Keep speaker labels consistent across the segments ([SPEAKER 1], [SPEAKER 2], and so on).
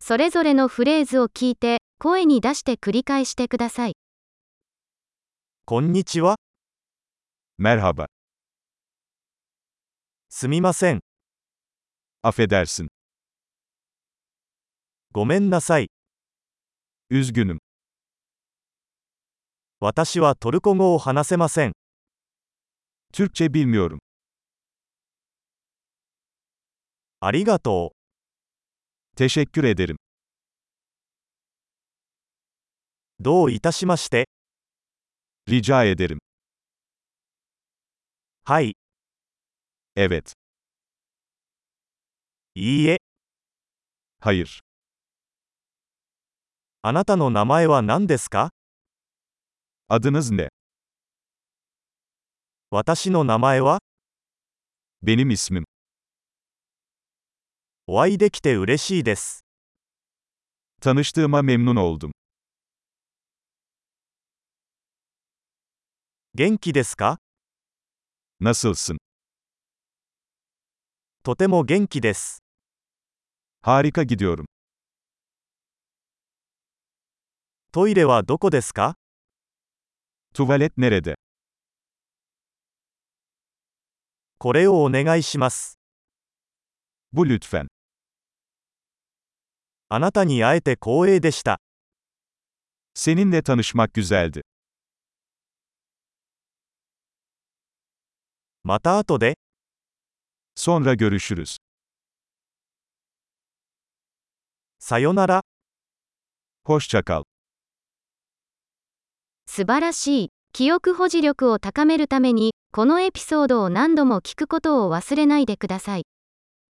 [SPEAKER 1] それぞれのフレーズを聞いて、声に出して繰り返してください。
[SPEAKER 2] こんにちは。Merhaba. すみません。Affedersin. ごめんなさい。Üzgünüm. 私はトルコ語を話せません。Türkçe bilmiyorum. ありがとう。Teşekkür ederim. どういたしまして。Rica ederim. はい。Evet. いいえ。Hayır. あなたの名前は何ですか Adınız ne? 私の名前は Benim ismim. お会いできて嬉しいです。Tanıştığıma memnun oldum. 元気ですか Nasılsın? とても元気です。Harika gidiyorum. トイレはどこですか Tuvalet nerede? これをお願いします。Bu lütfen. あなたに会えて光栄でした。Seninle tanışmak güzeldi. また後で。Sonra görüşürüz. さよなら。Hoşça kal.
[SPEAKER 1] 素晴らしい。記憶保持力を高めるために、このエピソードを何度も聞くことを忘れないでください。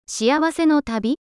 [SPEAKER 1] 幸せの旅